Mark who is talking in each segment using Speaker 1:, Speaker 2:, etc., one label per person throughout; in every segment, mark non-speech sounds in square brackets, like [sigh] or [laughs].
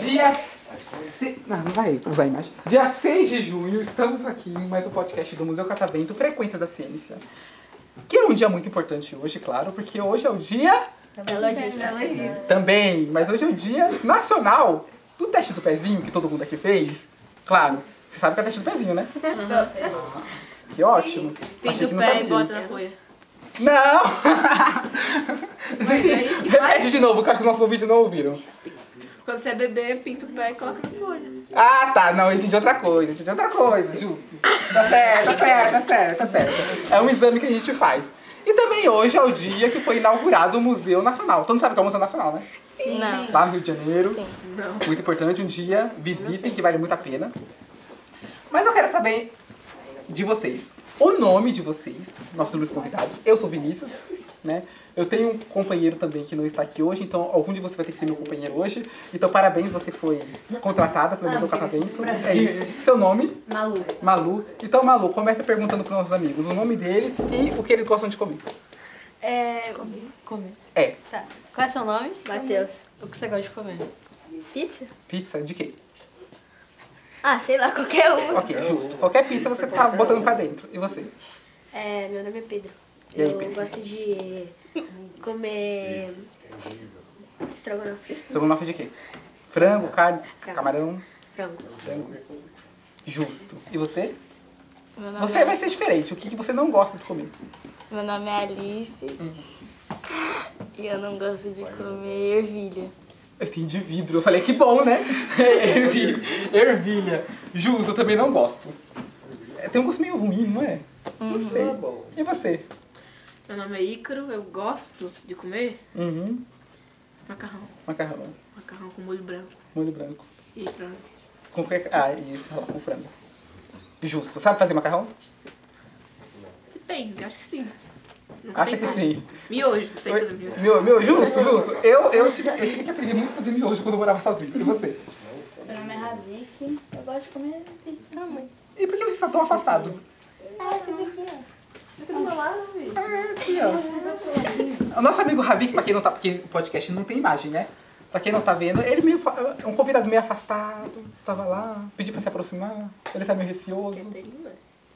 Speaker 1: Dia. se- Não, não vai, não vai mais. Dia 6 de junho, estamos aqui em mais um podcast do Museu Catavento, Frequência da Ciência. Que é um dia muito importante hoje, claro, porque hoje é o dia.
Speaker 2: é
Speaker 3: é
Speaker 1: Também, mas hoje é o dia nacional do teste do pezinho que todo mundo aqui fez. Claro, você sabe que é teste do pezinho, né? Que ótimo.
Speaker 4: Pinta
Speaker 1: Achei que
Speaker 4: o
Speaker 1: não
Speaker 4: pé e
Speaker 1: sabia.
Speaker 4: bota na folha.
Speaker 1: Não!
Speaker 4: aí, que
Speaker 1: [laughs] Repete de novo, que eu acho que os nossos ouvintes não ouviram.
Speaker 4: Quando você é bebê, pinta o pé e coloca na folha.
Speaker 1: Ah, tá. Não, eu entendi outra coisa. Entendi outra coisa, justo. Tá certo, tá certo, tá certo, tá certo. É um exame que a gente faz. E também hoje é o dia que foi inaugurado o Museu Nacional. Todo mundo sabe que é o Museu Nacional, né?
Speaker 2: Não.
Speaker 1: Lá no Rio de Janeiro.
Speaker 4: Não.
Speaker 1: Muito importante. Um dia visitem, que vale muito a pena. Mas eu quero saber de vocês. O nome de vocês, nossos dois convidados. Eu sou Vinícius, né? Eu tenho um companheiro também que não está aqui hoje, então algum de vocês vai ter que ser meu companheiro hoje. Então parabéns, você foi contratada pelo Museu Catavento. É isso. Seu nome?
Speaker 2: Malu.
Speaker 1: Malu. Então, Malu, começa perguntando para os nossos amigos o nome deles e o que eles gostam de comer.
Speaker 2: É.
Speaker 1: É,
Speaker 2: Tá. Qual é seu nome?
Speaker 3: Matheus.
Speaker 2: O que você gosta de comer?
Speaker 3: Pizza?
Speaker 1: pizza de quê?
Speaker 3: Ah, sei lá, qualquer um.
Speaker 1: Ok, justo. Qualquer pizza você tá botando para dentro. E você?
Speaker 3: É, meu nome é Pedro.
Speaker 1: E aí,
Speaker 3: eu
Speaker 1: Pedro?
Speaker 3: gosto de comer estrogonofe,
Speaker 1: Estrogonofe de quê? Frango, carne,
Speaker 3: Frango.
Speaker 1: camarão,
Speaker 3: frango.
Speaker 1: frango. Justo. E você?
Speaker 2: Meu nome,
Speaker 1: Você
Speaker 2: é...
Speaker 1: vai ser diferente. O que, que você não gosta de comer?
Speaker 2: Meu nome é Alice. E eu não gosto de comer ervilha.
Speaker 1: Eu entendi vidro. Eu falei, que bom, né? [laughs] Ervilha. Ervilha. Justo, eu também não gosto. É, Tem um gosto meio ruim, não é?
Speaker 2: Uhum.
Speaker 1: Não sei. E você?
Speaker 4: Meu nome é Ícaro, eu gosto de comer
Speaker 1: Uhum.
Speaker 4: macarrão.
Speaker 1: Macarrão.
Speaker 4: Macarrão com molho branco
Speaker 1: Molho branco.
Speaker 4: e frango.
Speaker 1: Com que... Ah, e sei lá, com frango. Justo. Sabe fazer macarrão?
Speaker 4: Depende, acho que sim. Não
Speaker 1: Acha
Speaker 4: sei
Speaker 1: que
Speaker 4: como.
Speaker 1: sim.
Speaker 4: Miojo, sei fazer miojo.
Speaker 1: Meu, meu,
Speaker 4: [laughs]
Speaker 1: justo, justo. Eu, eu, tive, eu tive que aprender muito a fazer miojo quando eu morava sozinho. E você?
Speaker 5: Meu nome é Ravik, eu gosto de comer pizza. Também.
Speaker 1: E por que você está tão afastado?
Speaker 5: Ah, esse daqui, tá
Speaker 1: É, aqui, ó. O nosso amigo Ravik, pra quem não tá, porque o podcast não tem imagem, né? Pra quem não tá vendo, ele meio fa- é um convidado meio afastado, tava lá, pediu pra se aproximar, ele tá meio receoso.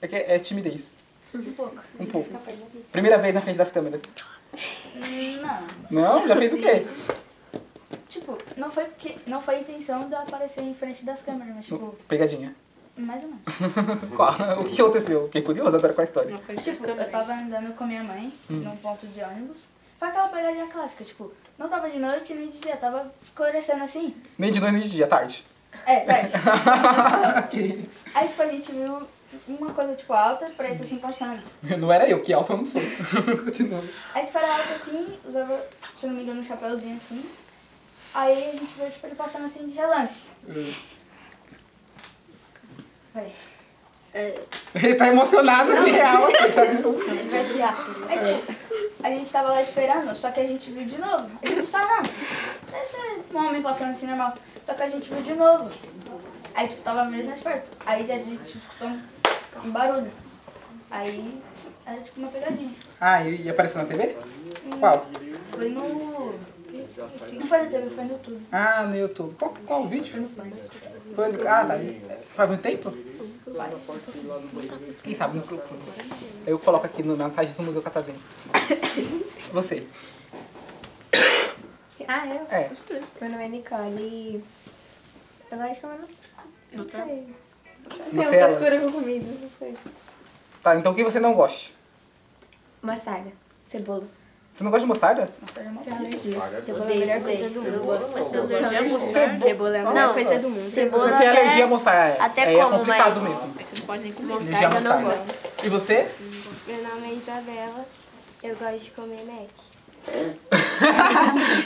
Speaker 1: É que é, é timidez. Um pouco. Um pouco. Primeira vez na frente das câmeras.
Speaker 5: ó. Não.
Speaker 1: Não? Já fez o
Speaker 5: [laughs]
Speaker 1: quê?
Speaker 5: Tipo, não foi porque. Não foi a intenção de eu aparecer em frente das câmeras, mas tipo,
Speaker 1: Pegadinha.
Speaker 5: mais ou menos.
Speaker 1: Qual? O que aconteceu? Fiquei curioso agora com a história.
Speaker 4: Não foi
Speaker 5: Tipo,
Speaker 4: câmera.
Speaker 3: Tá
Speaker 5: eu tava andando com a minha mãe num ponto de ônibus. Foi aquela pegadinha clássica, tipo, não tava de noite nem de dia, tava escurecendo assim.
Speaker 1: Nem de noite, nem de dia, tarde. [laughs]
Speaker 5: É, pede.
Speaker 1: Ok.
Speaker 5: Aí tipo, a gente viu uma coisa tipo alta, preta assim passando.
Speaker 1: Não era eu, que alto eu não sou. [laughs] Continuando.
Speaker 5: Aí tipo, era alta assim, usava, se eu não me engano, um chapéuzinho assim. Aí a gente viu tipo, ele passando assim de relance. Peraí.
Speaker 3: É,
Speaker 1: Ele tá emocionado, assim, real.
Speaker 5: Ele vai espiar. Aí, tipo, a gente tava lá esperando, só que a gente viu de novo. A gente não sabe não. Deve ser um homem passando assim normal. Só que a gente viu de novo. Aí, tipo, tava mesmo mais perto. Aí a gente escutou um, um barulho. Aí era tipo uma pegadinha.
Speaker 1: Ah, e, e apareceu na TV? Qual?
Speaker 5: Foi no. Não foi na TV, foi no YouTube.
Speaker 1: Ah, no YouTube. Qual, qual o vídeo? Pois, ah, tá. Faz muito tempo? Quem sabe no grupo. Eu coloco aqui no, na site do Museu Catavento. Você.
Speaker 3: Ah, eu?
Speaker 1: É.
Speaker 3: Meu nome é Nicole. Eu gosto de comer
Speaker 4: Não tá?
Speaker 1: Nutella.
Speaker 3: com comida, não sei.
Speaker 1: Tá, então o que você não gosta?
Speaker 3: Mostarda. Cebola.
Speaker 1: Você não gosta de mostarda?
Speaker 5: Nossa, era uma
Speaker 3: Cebola é a melhor coisa do mundo. Eu gosto, mas
Speaker 4: Eu já ia mostrar.
Speaker 3: Cebola é a melhor
Speaker 2: Nossa,
Speaker 3: coisa do mundo.
Speaker 2: cebola-
Speaker 1: Você
Speaker 2: Não,
Speaker 1: tem
Speaker 2: até-
Speaker 1: alergia à mostarda?
Speaker 2: até
Speaker 1: é, é
Speaker 2: como,
Speaker 1: complicado
Speaker 2: mas-
Speaker 1: mesmo.
Speaker 4: Você não pode nem comer.
Speaker 1: Alergia à
Speaker 2: Mostarda eu não
Speaker 1: mostarda. E você? [laughs]
Speaker 3: Meu nome é Isabela. Eu gosto de comer Mac.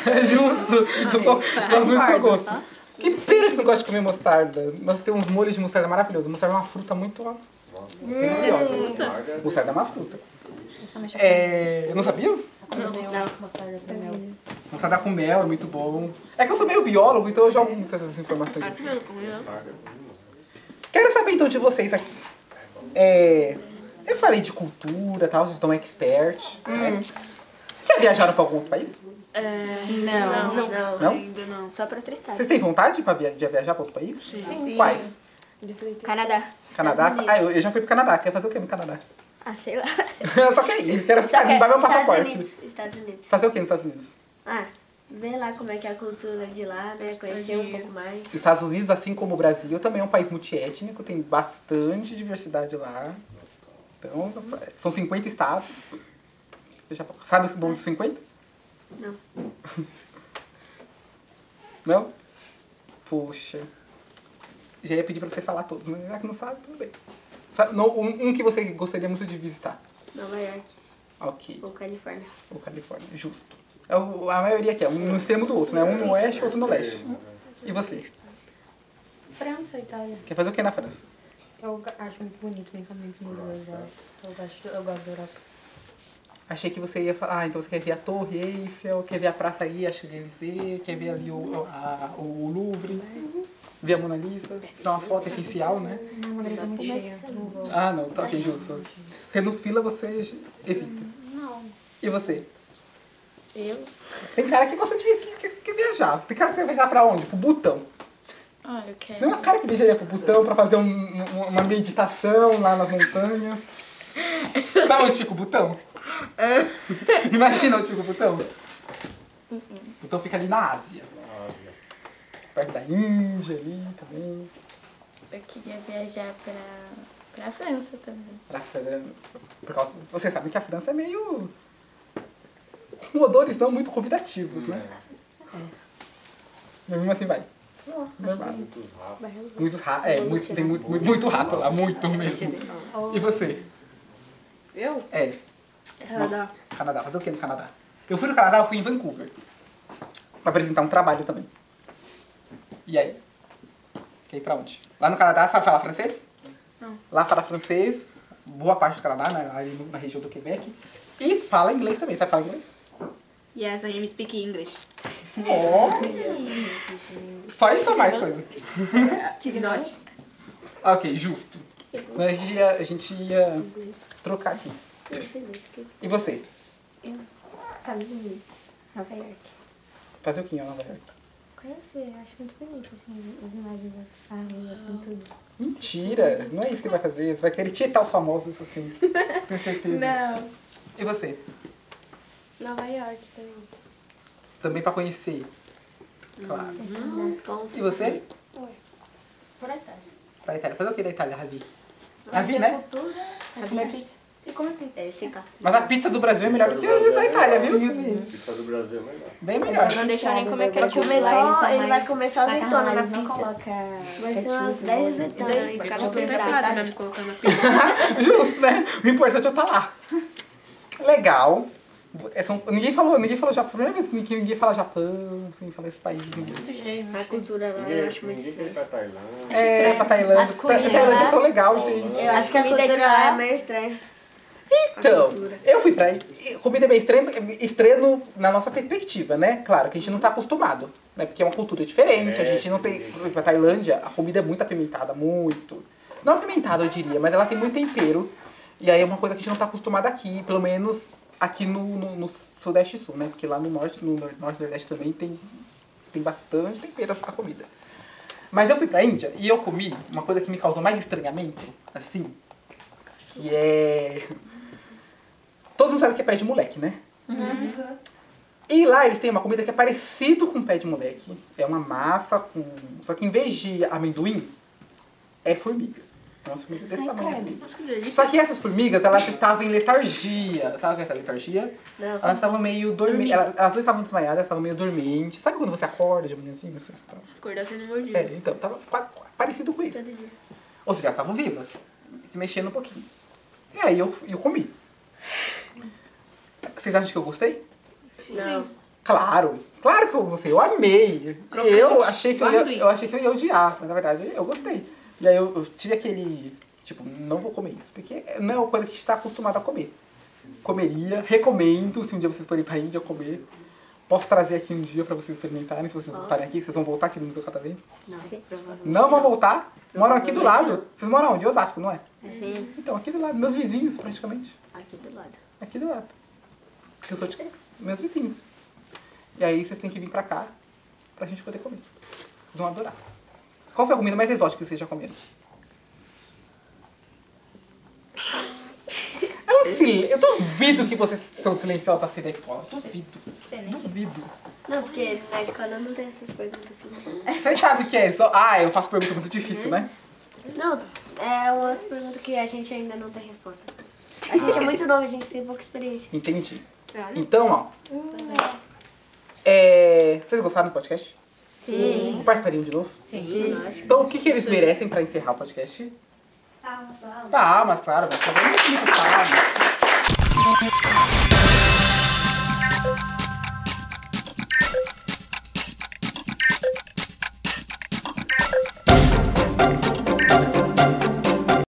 Speaker 1: É justo. Eu go- gosto muito do seu gosto. Que pena que você não gosta de comer mostarda. Nós temos uns molhos de mostarda maravilhosos. Mostarda é uma fruta muito ó, deliciosa. Mostarda é uma fruta. É, não sabia? Mostarda com mel é muito bom. É que eu sou meio biólogo, então eu jogo muitas essas informações.
Speaker 4: Sabe, meu, comeu.
Speaker 1: Quero saber então de vocês aqui. É, eu falei de cultura e tal, vocês estão expert. né?
Speaker 6: Uhum.
Speaker 1: Vocês já viajaram pra algum outro país?
Speaker 4: É,
Speaker 6: Não.
Speaker 4: não,
Speaker 1: Não? Não?
Speaker 4: ainda não.
Speaker 6: Só pra outro estado.
Speaker 1: Vocês têm vontade pra via- de viajar pra outro país?
Speaker 6: Sim.
Speaker 1: Quais?
Speaker 6: Canadá.
Speaker 1: Canadá? Ah, eu, eu já fui pro Canadá. Quer fazer o quê no
Speaker 6: [laughs]
Speaker 1: Canadá?
Speaker 6: Ah, sei lá.
Speaker 1: Só que aí, eu quero
Speaker 6: Só
Speaker 1: ficar,
Speaker 6: que é
Speaker 1: limpar meu
Speaker 6: Estados
Speaker 1: passaporte.
Speaker 6: Unidos. Estados Unidos.
Speaker 1: Fazer o quê nos Estados Unidos?
Speaker 6: Ah, ver lá como é que é a cultura de lá, né? Conhecer um pouco mais.
Speaker 1: Os Estados Unidos, assim como o Brasil, também é um país multiétnico, tem bastante diversidade lá. Então, são 50 estados. Deixa pra- Sabe o nome dos 50?
Speaker 6: Não.
Speaker 1: [laughs] Não? Poxa. Já ia pedir pra você falar todos, mas já que não sabe, tudo bem. Sabe- não, um, um que você gostaria muito de visitar.
Speaker 6: Nova York
Speaker 1: Ok.
Speaker 6: ou Califórnia.
Speaker 1: Ou Califórnia, justo. É o- a maioria aqui, é um no extremo do outro, né? Um no oeste, outro no leste. E você?
Speaker 7: França, Itália.
Speaker 1: Quer fazer o que na França?
Speaker 7: Eu ga- acho muito bonito, principalmente os museus lá. Eu gosto, eu gosto da Europa.
Speaker 1: Achei que você ia falar, ah, então você quer ver a Torre Eiffel, quer ver a Praça aí, a Champs-Élysées, quer ver ali o, a- o Louvre, ver a Mona Lisa, tirar uma foto essencial, né?
Speaker 7: Não, mas é muito cheia. Não vou.
Speaker 1: Ah, não, tá aqui justo. Tendo fila, você evita. Não. E você?
Speaker 6: Eu?
Speaker 1: Tem cara que gosta de vi- que, que, que viajar. Tem cara que quer viajar pra onde? Pro Butão.
Speaker 2: Ah, eu quero.
Speaker 1: Tem uma cara que viajaria pro Butão pra fazer um- um- uma meditação lá nas montanhas. Sabe onde fica o Butão? Imagina onde fica o Butão. Então fica ali na Ásia. Perto da Índia ali também.
Speaker 2: Eu queria viajar pra, pra França também.
Speaker 1: Pra França. Por causa, vocês sabem que a França é meio. com odores não muito convidativos, né? Mas mesmo assim vai. Normal.
Speaker 8: Muitos ratos.
Speaker 1: Muitos ratos. É, muito, tem muito, muito, muito rato lá, muito mesmo. E você?
Speaker 4: Eu?
Speaker 1: É. Canadá. Canadá. Fazer o que no Canadá? Eu fui no Canadá, eu fui em Vancouver. Pra apresentar um trabalho também. E aí? Quer ir pra onde? Lá no Canadá, sabe falar francês?
Speaker 4: Não.
Speaker 1: Lá fala francês, boa parte do Canadá, né, ali no- na região do Quebec. E fala inglês também, sabe falar inglês?
Speaker 4: Yes, I am speaking English.
Speaker 1: Ó! Só isso ou mais coisa?
Speaker 4: Ignote.
Speaker 1: Ok, justo. Mas a gente ia, a gente ia trocar aqui.
Speaker 6: Eu sei disso. que-
Speaker 1: E você?
Speaker 7: Estados Unidos.
Speaker 5: Tá.
Speaker 7: Nova York.
Speaker 1: Fazer o que em Nova York?
Speaker 7: Conhecer, acho muito bonito, assim, as imagens das árvores, assim, tudo.
Speaker 1: Mentira! Não é isso que ele vai fazer. Você vai querer tietar os famosos, assim. Tenho certeza.
Speaker 7: Não.
Speaker 1: E você?
Speaker 7: Nova York também.
Speaker 1: Também pra conhecer. Claro.
Speaker 6: Ah, Né? Bom,
Speaker 1: E você?
Speaker 5: Por Itália.
Speaker 1: Pra Itália. Fazer o que da Itália, Ravi? Ravi, né?
Speaker 5: E como é que
Speaker 6: é esse carro.
Speaker 1: Mas a pizza do Brasil é melhor do que a da Itália, viu?
Speaker 8: Pizza do Brasil é melhor.
Speaker 1: Bem melhor.
Speaker 6: Não deixou nem É comer
Speaker 7: Pra
Speaker 6: ketchup.
Speaker 7: comer só-
Speaker 6: ele
Speaker 7: ele
Speaker 6: vai
Speaker 7: vai
Speaker 6: comer só azeitona na pizza.
Speaker 7: coloca.
Speaker 6: Vai ser umas 10 azeitonas em cada
Speaker 4: Tipo, é
Speaker 6: pedaço.
Speaker 4: pecado mesmo colocando
Speaker 1: [laughs]
Speaker 4: a pizza.
Speaker 1: Justo, né? O importante é eu estar lá. Legal. É, são- ninguém falou, ninguém falou Japão. Primeira vez que ninguém, ninguém fala Japão, ninguém fala esses países. ninguém.
Speaker 6: A cultura lá
Speaker 8: Ninguém,
Speaker 6: Ah,
Speaker 8: é
Speaker 6: eu acho muito
Speaker 8: ninguém quer ir
Speaker 6: estranha.
Speaker 8: pra Tailândia.
Speaker 1: É, pra Tailândia.
Speaker 6: As
Speaker 1: Ta-
Speaker 6: comidas
Speaker 1: Tailândia é
Speaker 6: lá.
Speaker 1: tão legal, gente.
Speaker 6: Eu acho que a comida de lá é meio estranha.
Speaker 1: Então,
Speaker 6: cultura.
Speaker 1: eu fui pra. Comida é meio estranha, estranha no- na nossa perspectiva, né? Claro que a gente não tá acostumado, né? Porque é uma cultura diferente. a
Speaker 8: É,
Speaker 1: gente não tem. Pra Tailândia, a comida é muito apimentada, muito. Não apimentada, eu diria, mas ela tem muito tempero. E aí é uma coisa que a gente não tá acostumado aqui, pelo menos aqui no, no- no Sudeste e Sul, né? Porque lá no Norte, no Nor- Norte e Nordeste também tem, tem bastante tempero a comida. Mas eu fui pra Índia e eu comi uma coisa que me causou mais estranhamento, assim, que é. Todo mundo sabe que é pé de moleque, né? E lá eles têm uma comida que é parecido com pé de moleque. É uma massa com. Só que em vez de amendoim, é formiga. É uma formiga desse tamanho assim.
Speaker 4: Acho que delícia.
Speaker 1: Só que essas formigas, elas estavam em letargia. Sabe o que é essa letargia?
Speaker 6: Não.
Speaker 1: Elas estavam meio dormentes.
Speaker 4: Dormindo.
Speaker 1: Elas, elas não estavam desmaiadas, elas estavam meio dormentes. Sabe quando você acorda de manhãzinha? Assim, você tá-
Speaker 4: Acordar sendo mordido.
Speaker 1: é, então, tava quase parecido com isso. Ou seja, elas estavam vivas, se mexendo um pouquinho. E aí eu, eu comi. Vocês acham que eu gostei?
Speaker 6: Não.
Speaker 1: Claro, claro que eu gostei, eu amei. eu achei que eu, ia,
Speaker 4: amendoim.
Speaker 1: eu achei que eu ia odiar, mas na verdade eu gostei. E aí eu, eu tive aquele, tipo, não vou comer isso, porque não é uma coisa que a gente está acostumado a comer. Comeria, recomendo, se um dia vocês forem pra Índia comer. Posso trazer aqui um dia pra vocês experimentarem, se vocês voltarem aqui. Vocês vão voltar aqui no Museu Catavento?
Speaker 6: Não, provavelmente.
Speaker 1: Não vão voltar. Moram aqui do lado. Vocês moram onde? Osasco, não é?
Speaker 6: Assim,
Speaker 1: Então, aqui do lado. Meus vizinhos, praticamente.
Speaker 6: aqui do lado.
Speaker 1: Aqui do lado. Porque eu sou de meus vizinhos. E aí vocês têm que vir pra cá pra gente poder comer. Vocês vão adorar. Qual foi a comida mais exótica que vocês já comeram? É um silêncio. Eu duvido que vocês são silenciosos assim da escola. Duvido.
Speaker 5: Sei nem.
Speaker 1: Duvido.
Speaker 6: Não, porque na escola não tem essas perguntas assim. não.
Speaker 1: Vocês sabem o que é isso? Ah, eu faço pergunta muito difícil, né?
Speaker 6: Não, é outra pergunta que a gente ainda não tem resposta. A gente é muito novo, a gente tem pouca experiência.
Speaker 1: Entendi. Então, ó. É, Vocês gostaram do podcast? Sim. Participariam de novo?
Speaker 4: Sim, lógico.
Speaker 1: Então, o que, que eles merecem pra encerrar o podcast? Ah, mas claro, vai ser bem difícil, sabe?